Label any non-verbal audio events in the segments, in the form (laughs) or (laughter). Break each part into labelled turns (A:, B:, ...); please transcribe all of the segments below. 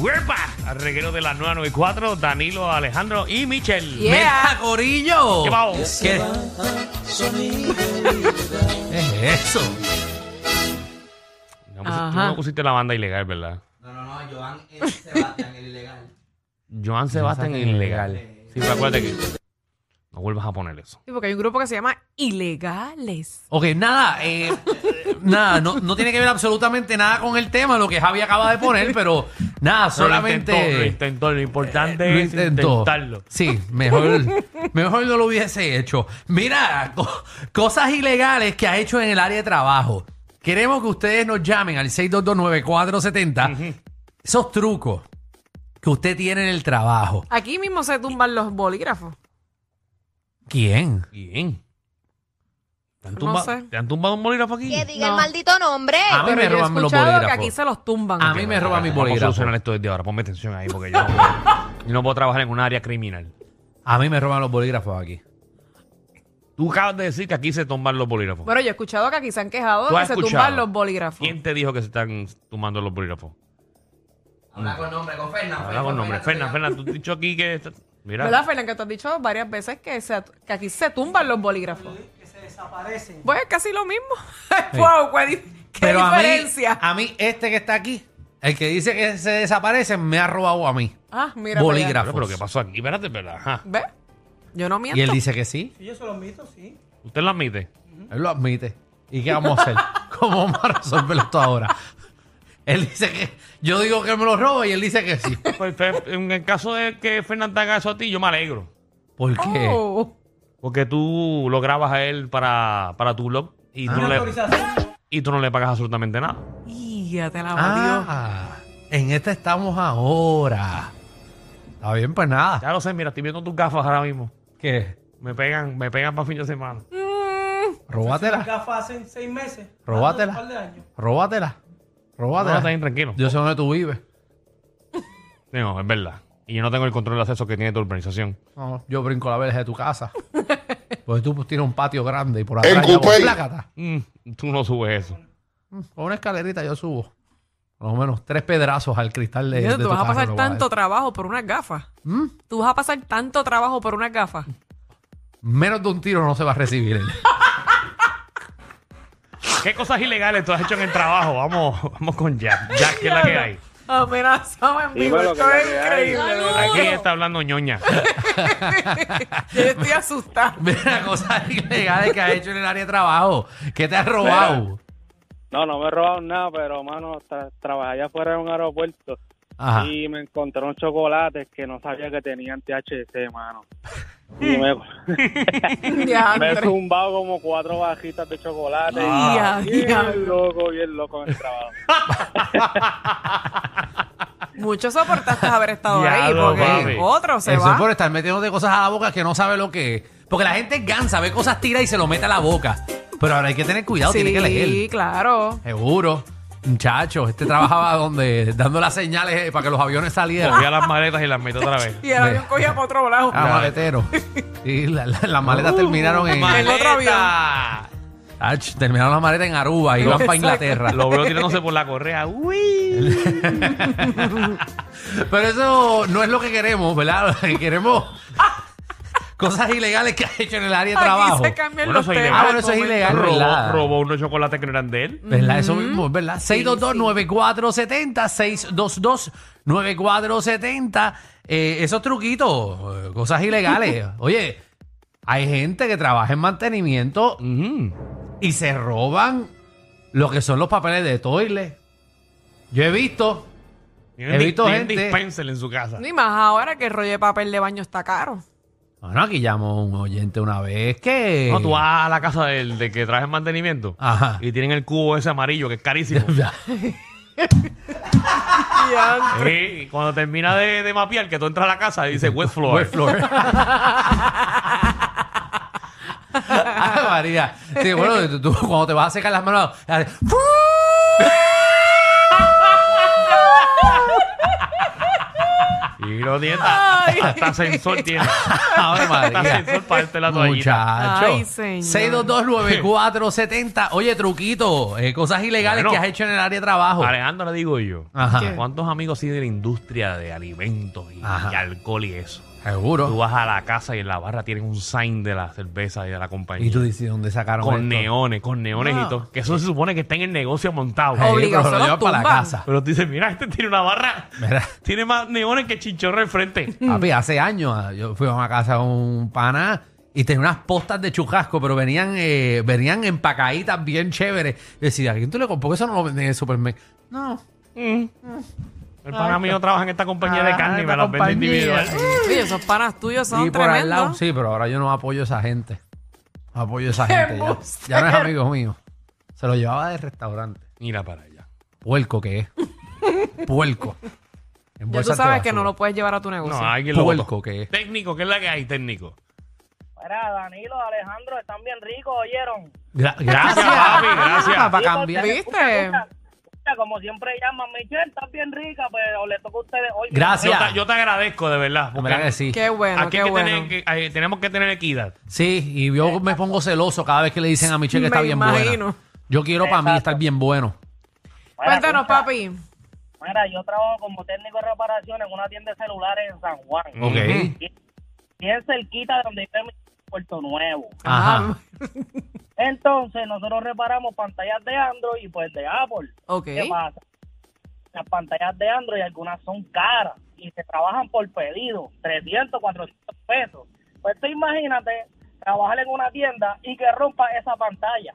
A: We're back. Al reguero de la 994, Danilo, Alejandro y Michelle.
B: ¡Mira, Corillo!
A: ¿Qué pavo?
B: ¿Qué? (laughs) ¿Qué es eso?
A: No pusi- Tú no pusiste la banda ilegal, ¿verdad?
C: No, no, no, Joan es Sebastián, el ilegal.
A: Joan Sebastián es ilegal. Sí, pero acuérdate que no vuelvas a poner eso.
D: Sí, porque hay un grupo que se llama Ilegales.
B: Ok, nada, eh, nada, no, no tiene que ver absolutamente nada con el tema, lo que Javi acaba de poner, pero nada, solamente...
A: Lo intentó, lo, intentó, lo importante
B: Lo
A: es
B: intentó.
A: intentarlo.
B: Sí, mejor, mejor no lo hubiese hecho. Mira, co- cosas ilegales que ha hecho en el área de trabajo. Queremos que ustedes nos llamen al 6229470. Esos trucos que usted tiene en el trabajo.
D: Aquí mismo se tumban los bolígrafos.
B: ¿Quién?
A: Bien. ¿Te han,
D: No
A: tumba-
D: sé.
A: ¿Te han tumbado un bolígrafo aquí?
E: Que diga
D: No.
E: el maldito nombre.
B: A mí
D: Pero
B: me
D: yo he
B: roban los
D: escuchado que
B: bolígrafos.
D: aquí se los tumban.
B: A mí me roban mis
A: Vamos a
B: bolígrafos.
A: solucionar esto desde ahora. Ponme atención ahí porque yo, yo no puedo (laughs) trabajar en un área criminal.
B: A mí me roban los bolígrafos aquí.
A: Tú acabas de decir que aquí se tumban los bolígrafos.
D: Pero yo he escuchado que aquí se han quejado
A: ¿Tú
D: que
A: has
D: se
A: escuchado?
D: tumban los bolígrafos.
A: ¿Quién te dijo que se están tumbando los bolígrafos?
C: Habla con nombre, con Fernan.
A: Habla con nombre. Fernan, Fernan, tú has dicho aquí que... está- Mira.
D: ¿Verdad, Fernan? Que tú has dicho varias veces que, se- que aquí se tumban los bolígrafos. Que se desaparecen. Pues es casi lo mismo. (laughs) wow, qué, di- qué
B: Pero
D: diferencia.
B: A, mí, a mí, este que está aquí, el que dice que se desaparece, me ha robado a mí.
D: ah, mira.
B: bolígrafo.
A: Pero, pero ¿qué pasó aquí? Espérate, ¿verdad? Ajá.
D: ¿Ves? Yo no miento.
B: Y él dice que sí.
A: ¿Usted lo admite?
B: Él lo admite. ¿Y qué vamos a hacer? (laughs) ¿Cómo vamos a resolverlo esto ahora? Él dice que. Yo digo que me lo robo y él dice que sí.
A: Pues, Fer- en el caso de que Fernan te haga eso a ti, yo me alegro.
B: ¿Por qué?
D: Oh.
A: Porque tú lo grabas a él para, para tu blog y,
D: Ah.
A: tú no le, y tú no le pagas absolutamente nada.
D: Y ya te la valió.
B: Ah, en esta estamos ahora. Está bien, pues nada.
A: Ya lo sé, mira, estoy viendo tus gafas ahora mismo.
B: ¿Qué?
A: Me pegan, me pegan para fin de semana.
D: Mm.
B: Róbatela.
F: gafas hace seis meses.
B: Róbatela.
F: Hace un par de años.
B: Róbatela.
A: No, está
B: Róbatela.
A: bien, tranquilo.
B: Yo sé dónde tú vives.
A: No, es verdad. Y yo no tengo el control de acceso que tiene tu organización.
B: No, yo brinco la verja de tu
D: (laughs)
B: casa. Porque tú pues, tienes un patio grande y por atrás yo voy, plácata.
A: Mm, tú no subes eso.
B: Con una escalerita yo subo. Por lo menos tres pedrazos al cristal de,
D: Mira,
B: de
D: tú
B: tu
D: vas a
B: carro,
D: pasar
B: lo voy
D: tanto
B: dar.
D: trabajo por unas gafas.
B: ¿Mm?
D: Tú vas a pasar tanto trabajo por unas gafas.
B: Menos de un tiro no se va a recibir
D: (laughs)
B: él.
A: ¿Qué cosas ilegales tú has hecho en el trabajo? Vamos, vamos con Jack. Jack, ¿qué es la que hay?
D: Oh, Amenazaba en vivo.
G: Dímelo,
D: Esto
G: que
D: es
G: la que hay.
D: increíble. ¿verdad?
A: Aquí está hablando ñoña.
D: Yo estoy asustada.
B: (laughs) Mira, cosas ilegales que has hecho en el área de trabajo. Que te has robado.
G: No, no me he robado nada, pero, mano, tra- trabajé allá afuera en un aeropuerto
B: Ajá.
G: y me encontraron chocolates que no sabía que tenían THC,
D: (laughs)
G: mano. Y me, me he
D: Diantre.
G: zumbado como cuatro bajitas de chocolate.
D: Ah. Ya,
G: bien
E: (laughs)
D: diablo.
G: loco, bien loco en el trabajo.
D: Mucho soportaste haber estado ahí
A: Diablo,
D: porque
A: papi.
D: otro se
B: Eso
D: va.
B: es por estar metiéndote cosas a la boca que no sabe lo que es. Porque la gente es gansa, ve cosas tira y se lo mete a la boca. Pero ahora hay que tener cuidado, tiene que leer.
D: sí, claro.
B: Seguro. Muchachos, este
D: (laughs)
B: trabajaba donde dando las señales eh, para que los aviones salieran.
A: Cogía las maletas y las meto otra vez.
D: Y el avión cogía para otro lado.
B: Ah, maletero. Y la- la- las
D: Uh,
B: maletas terminaron en.
D: En otro avión.
B: Ach, terminaron las maletas en Aruba y van para Inglaterra.
A: Lo veo tirándose por la correa. ¡Uy!
B: Pero eso no es lo que queremos, ¿verdad? (laughs) Lo que
D: (laughs)
B: queremos cosas ilegales que has hecho en el área de trabajo.
D: Aquí se cambian
A: Bueno,
D: los
A: soy
D: temas.
A: ilegal.
B: Ah, bueno, eso es
D: Momento.
B: ilegal,
A: robó,
B: ¿verdad?
A: robó unos chocolates que no eran de él.
B: ¿Verdad? Eso mismo, es ¿verdad? 622-9470, 622-9470. Eh, esos truquitos, eh, cosas ilegales. Oye, hay gente que trabaja en mantenimiento y se roban lo que son los papeles de toilet. Yo he visto.
A: Tiene
B: He
A: di-
B: visto
A: tiene
B: gente-
A: dispenser en su casa.
D: No, Y más ahora que el rollo de papel de baño está caro.
B: Bueno, aquí llamó un oyente una vez que.
A: No, tú vas a
B: Ah.
A: la casa del, de que traje mantenimiento
B: Ajá. (laughs)
A: y tienen el cubo ese amarillo que es carísimo.
D: Ya.
A: Sí, cuando termina de, de mapear, que tú entras a la casa
B: (laughs)
A: y dice wet floor.
B: Wet floor. Ay, María. Sí, bueno, tú, tú cuando te vas a secar las manos, haces-
A: Y no tiene hasta,
D: Ay.
A: hasta sensor tiene.
B: (laughs) Ave
A: Hasta
B: María.
A: sensor para darte este la toallita.
B: Muchacho.
D: Ay, señor.
B: 6229470. Oye, truquito. eh, cosas ilegales
A: Bueno.
B: que has hecho en el área de trabajo.
A: Alejandro, le digo yo.
B: Ajá.
D: ¿Qué?
A: ¿Cuántos amigos así de la industria de alimentos y,
B: Ajá.
A: y alcohol y eso? Tú
B: Seguro.
A: vas a la casa y en la barra tienen un sign de la cerveza y de la compañía.
B: Y tú dices, ¿dónde sacaron
A: con
B: esto?
A: neones, con neones y todo. Que eso se supone que está en el negocio montado.
B: Ay, pero
D: Obligado, se
B: lo
D: los
B: llevas para la
D: tumban.
B: casa.
A: Pero tú dices, mira, este tiene una barra.
B: Mira.
A: Tiene más neones que chinchorro enfrente.
D: Mm.
B: Papi, hace años ah, yo fui a una casa con un pana y tenía unas postas de churrasco, pero venían eh, venían empacaditas bien chéveres. Y decía, ¿a quién tú le compras? Porque eso no lo venden en el supermercado. No.
A: El pana mío trabaja en esta compañía de
B: Ah,
A: carne y
B: esta
A: me las vende
B: compañía.
A: individual.
D: Sí, esos panas tuyos
B: y
D: son
B: por al lado,
D: tremendos.
B: sí, pero ahora yo no apoyo a esa gente. No apoyo a esa
D: (laughs) ¡Qué
B: gente. Ya,
D: embustero!
B: Ya no es amigo mío. Se lo llevaba del restaurante.
A: Mira para allá.
B: Puerco que es. Puerco. En
D: (laughs) Ya tú
B: bolsas de
D: sabes que
B: basura.
D: no lo puedes llevar a tu
A: No,
B: Pues
D: negocio.
A: alguien lo
B: Puerco
A: botó.
B: que es.
A: Técnico, ¿qué es la que hay, técnico?
E: Mira, Danilo, Alejandro, están bien ricos, ¿oyeron?
B: Gra-
A: Gracias,
D: (laughs)
B: gracias,
A: papi,
B: Ah,
A: gracias.
B: Para cambiar.
D: ¿Viste?
E: Mira, como siempre llaman, Michelle, están bien rica, pero le toca a ustedes hoy.
B: Gracias.
A: Yo te, yo te agradezco, de verdad.
B: En verdad que sí.
D: Qué bueno,
A: Aquí hay
D: qué
A: que
D: bueno.
A: tener que- hay- tenemos que tener equidad.
B: Sí, y yo me pongo celoso cada vez que le dicen a Michelle que
D: Eh, Me
B: está bien
D: imagino.
B: buena. Yo quiero para mí
E: Exacto.
B: estar bien bueno.
E: Mira,
D: Cuéntanos,
E: escucha,
D: papi.
E: Mira, yo trabajo como técnico de reparación en una tienda de celulares en San Juan.
A: Ok.
E: Bien- Bien cerquita de donde vive mi Puerto Nuevo.
B: Ajá.
E: Entonces, nosotros reparamos pantallas de Android y pues de Apple.
D: Ok.
E: ¿Qué pasa? Las pantallas de Android algunas son caras y se trabajan por pedido, 300, 400 pesos. Pues tú imagínate trabajar en una tienda y que rompa esa pantalla.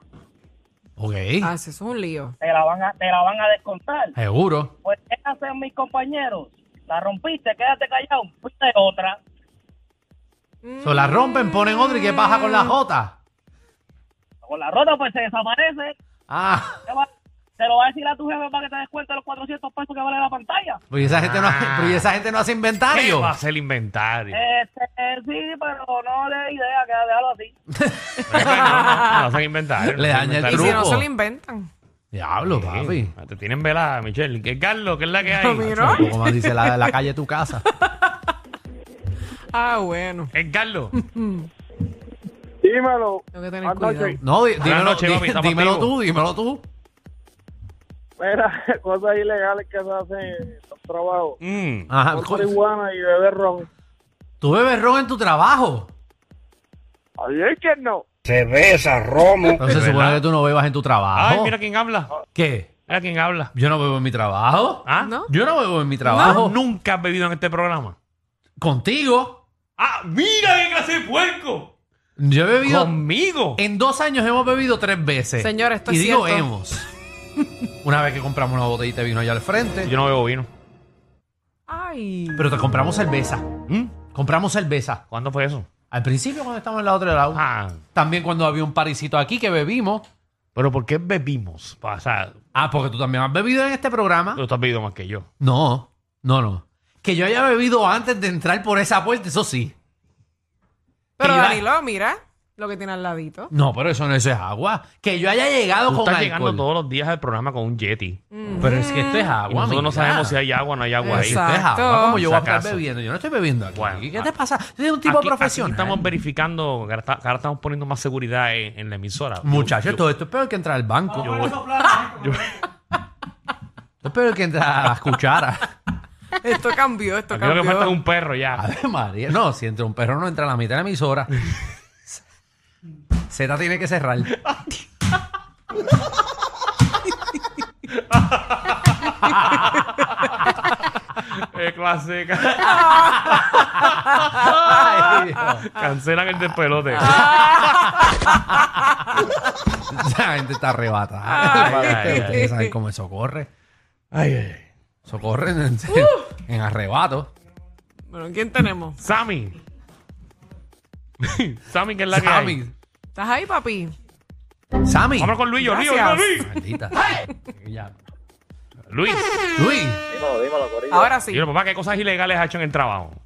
B: Ok.
D: Ah, sí, eso es un lío.
E: Te la van a, te la van a descontar.
B: Seguro.
E: Pues, ¿qué hacen mis compañeros? La rompiste, quédate callado, pide otra.
B: So, la rompen, ponen otra y que pasa con la
D: Mm.
B: J.
E: Con la rota, pues se desaparece.
B: Ah.
E: Te va- Se lo va a decir a tu jefe para que te des cuenta de los 400 pesos que vale la pantalla.
B: Pues esa gente no, pero y esa gente no hace
A: Ah. ¿Qué
B: inventario.
A: va a hacer el inventario?
D: Eh.
E: Este, sí, pero no le dé idea, que déjalo así.
A: No, no, no hacen inventario. no
B: Le
A: hacen
B: daña el
D: Y si
A: inventario.
D: no
B: truco.
D: se lo inventan.
B: Diablo,
A: Sí,
B: papi.
A: Te tienen velada, Michelle. ¿Qué, Carlos? ¿Qué es la que
D: No,
A: hay?
D: mira.
B: Pero Como más dice la, la calle de tu casa.
D: Ah, bueno.
A: ¿Es Carlos?
G: Dímelo.
D: Tengo que
E: Ah,
D: tener
G: Buenas
D: cuidado.
G: noches.
B: No, di- dímelo,
A: noches,
B: di-
A: papi, estamos
B: dímelo
A: activos.
B: tú, dímelo tú.
G: Mira, (laughs) cosas ilegales que se hacen en los trabajos.
A: Mm.
B: Ajá.
G: Por marihuana y beber ron.
B: Tú bebes ron en tu trabajo.
G: Ayer que no.
B: Entonces se
A: ¿Verdad?
B: supone que tú no bebas en tu trabajo.
A: Ay, mira quién habla.
B: ¿Qué?
A: Mira quién habla.
B: Yo no bebo en mi trabajo.
A: ¿Ah?
D: ¿No?
B: Yo no bebo en mi
A: ¿Trabajo?
B: trabajo.
A: Nunca has bebido en este programa.
B: Contigo.
A: ¡Ah! ¡Mira qué clase de puerco!
B: Yo he bebido.
A: ¡Conmigo!
B: En dos años hemos bebido tres veces.
D: Señor, esto
B: y
D: es
B: digo
D: cierto.
B: hemos. Una vez que compramos una botellita de vino allá al frente.
A: Yo no bebo vino.
D: Ay.
B: Pero te compramos cerveza.
A: ¿Mm?
B: Compramos cerveza.
A: ¿Cuándo fue eso?
B: Al principio cuando estábamos en la otra lado.
A: Ah,
B: También cuando había un parisito aquí que bebimos.
A: pero ¿por qué bebimos? O sea,
B: Ah, porque tú también has bebido en este programa.
A: tú has bebido más que yo.
B: No, no, no. Que yo haya bebido antes de entrar por esa puerta, eso sí.
D: Pero
B: que iba-
D: Danilo, mira lo que tiene al ladito.
B: No, pero eso no eso es agua. Que yo haya llegado
A: Tú
B: con
A: estás
B: alcohol.
A: llegando todos los días al programa con un Yeti.
B: Pero es que esto es agua.
A: Y Mm. nosotros no
B: mira.
A: sabemos si hay agua o no hay agua ahí.
D: Exacto.
B: Esto es agua. ¿Cómo yo voy a estar
A: Sacazo.
B: bebiendo? Yo no estoy bebiendo aquí.
A: Bueno,
B: ¿Qué
A: ah,
B: te pasa? Yo soy un
A: Aquí-
B: tipo
A: aquí
B: profesional.
A: estamos verificando, ahora, está- ahora estamos poniendo más seguridad en, en la emisora.
B: Muchachos,
A: Yo-
B: todo esto es peor que entrar al banco.
A: yo-
B: Esto
D: (laughs)
B: es peor que entrar a las cucharas.
D: Esto cambió, esto
A: Aquí lo que falta es
D: cambió.
A: un perro ya.
B: (laughs) Ave María. No, si entra un perro, no entra a la mitad de la emisora. (laughs) Z tiene que (laughs) cerrar.
A: (laughs) Eh, clase.
B: Ay, Dios.
A: Cancelan el despelote.
B: Ah. (laughs) Esa gente está
A: (laughs) Ay,
B: arrebatada.
A: ay, ay.
B: Ustedes saben cómo eso corre. Socorre en,
A: Uh.
B: en arrebato.
D: Bueno, ¿quién tenemos?
A: Sammy. (laughs) Sammy, que es la que
B: Sammy.
D: ¿Estás ahí, papi?
B: Sammy.
A: hay. Vamos con Luis, yo, Luis,
D: Gracias.
A: Luis.
B: Maldita. Ya.
A: Luis,
B: Luis,
F: Dímelo, dímelo, Corillo.
D: Ahora sí.
A: dile, papá, ¿qué cosas ilegales ha hecho en el trabajo?
D: Ah.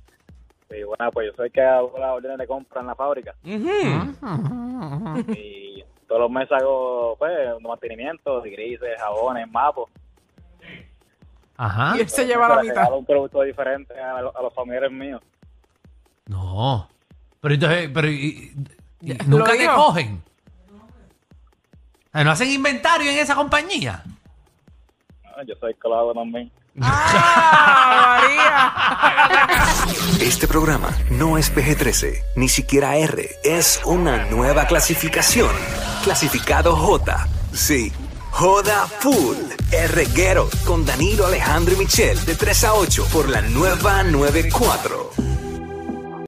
F: Sí, bueno, pues yo soy el que hago las órdenes de compra en la fábrica. y todos los meses hago, pues, un mantenimiento de grises, jabones, mapos.
B: ajá.
D: Y él se lleva la
F: Les
D: mitad.
F: regalo un producto diferente a, lo- a los familiares míos.
B: No. Pero entonces, pero y- y- y
D: Ya,
B: nunca te
D: lo digo.
B: cogen. Ah, ¿No hacen inventario en esa compañía?
F: Ah, Yo soy el que lo hago también.
D: ¡Ah, María!
H: Este programa no es PG-13, ni siquiera R. Es una nueva clasificación. Clasificado J. Sí. Joda Full. R. Guerrero con Danilo Alejandro y Michel de 3 a 8 por la nueva 94.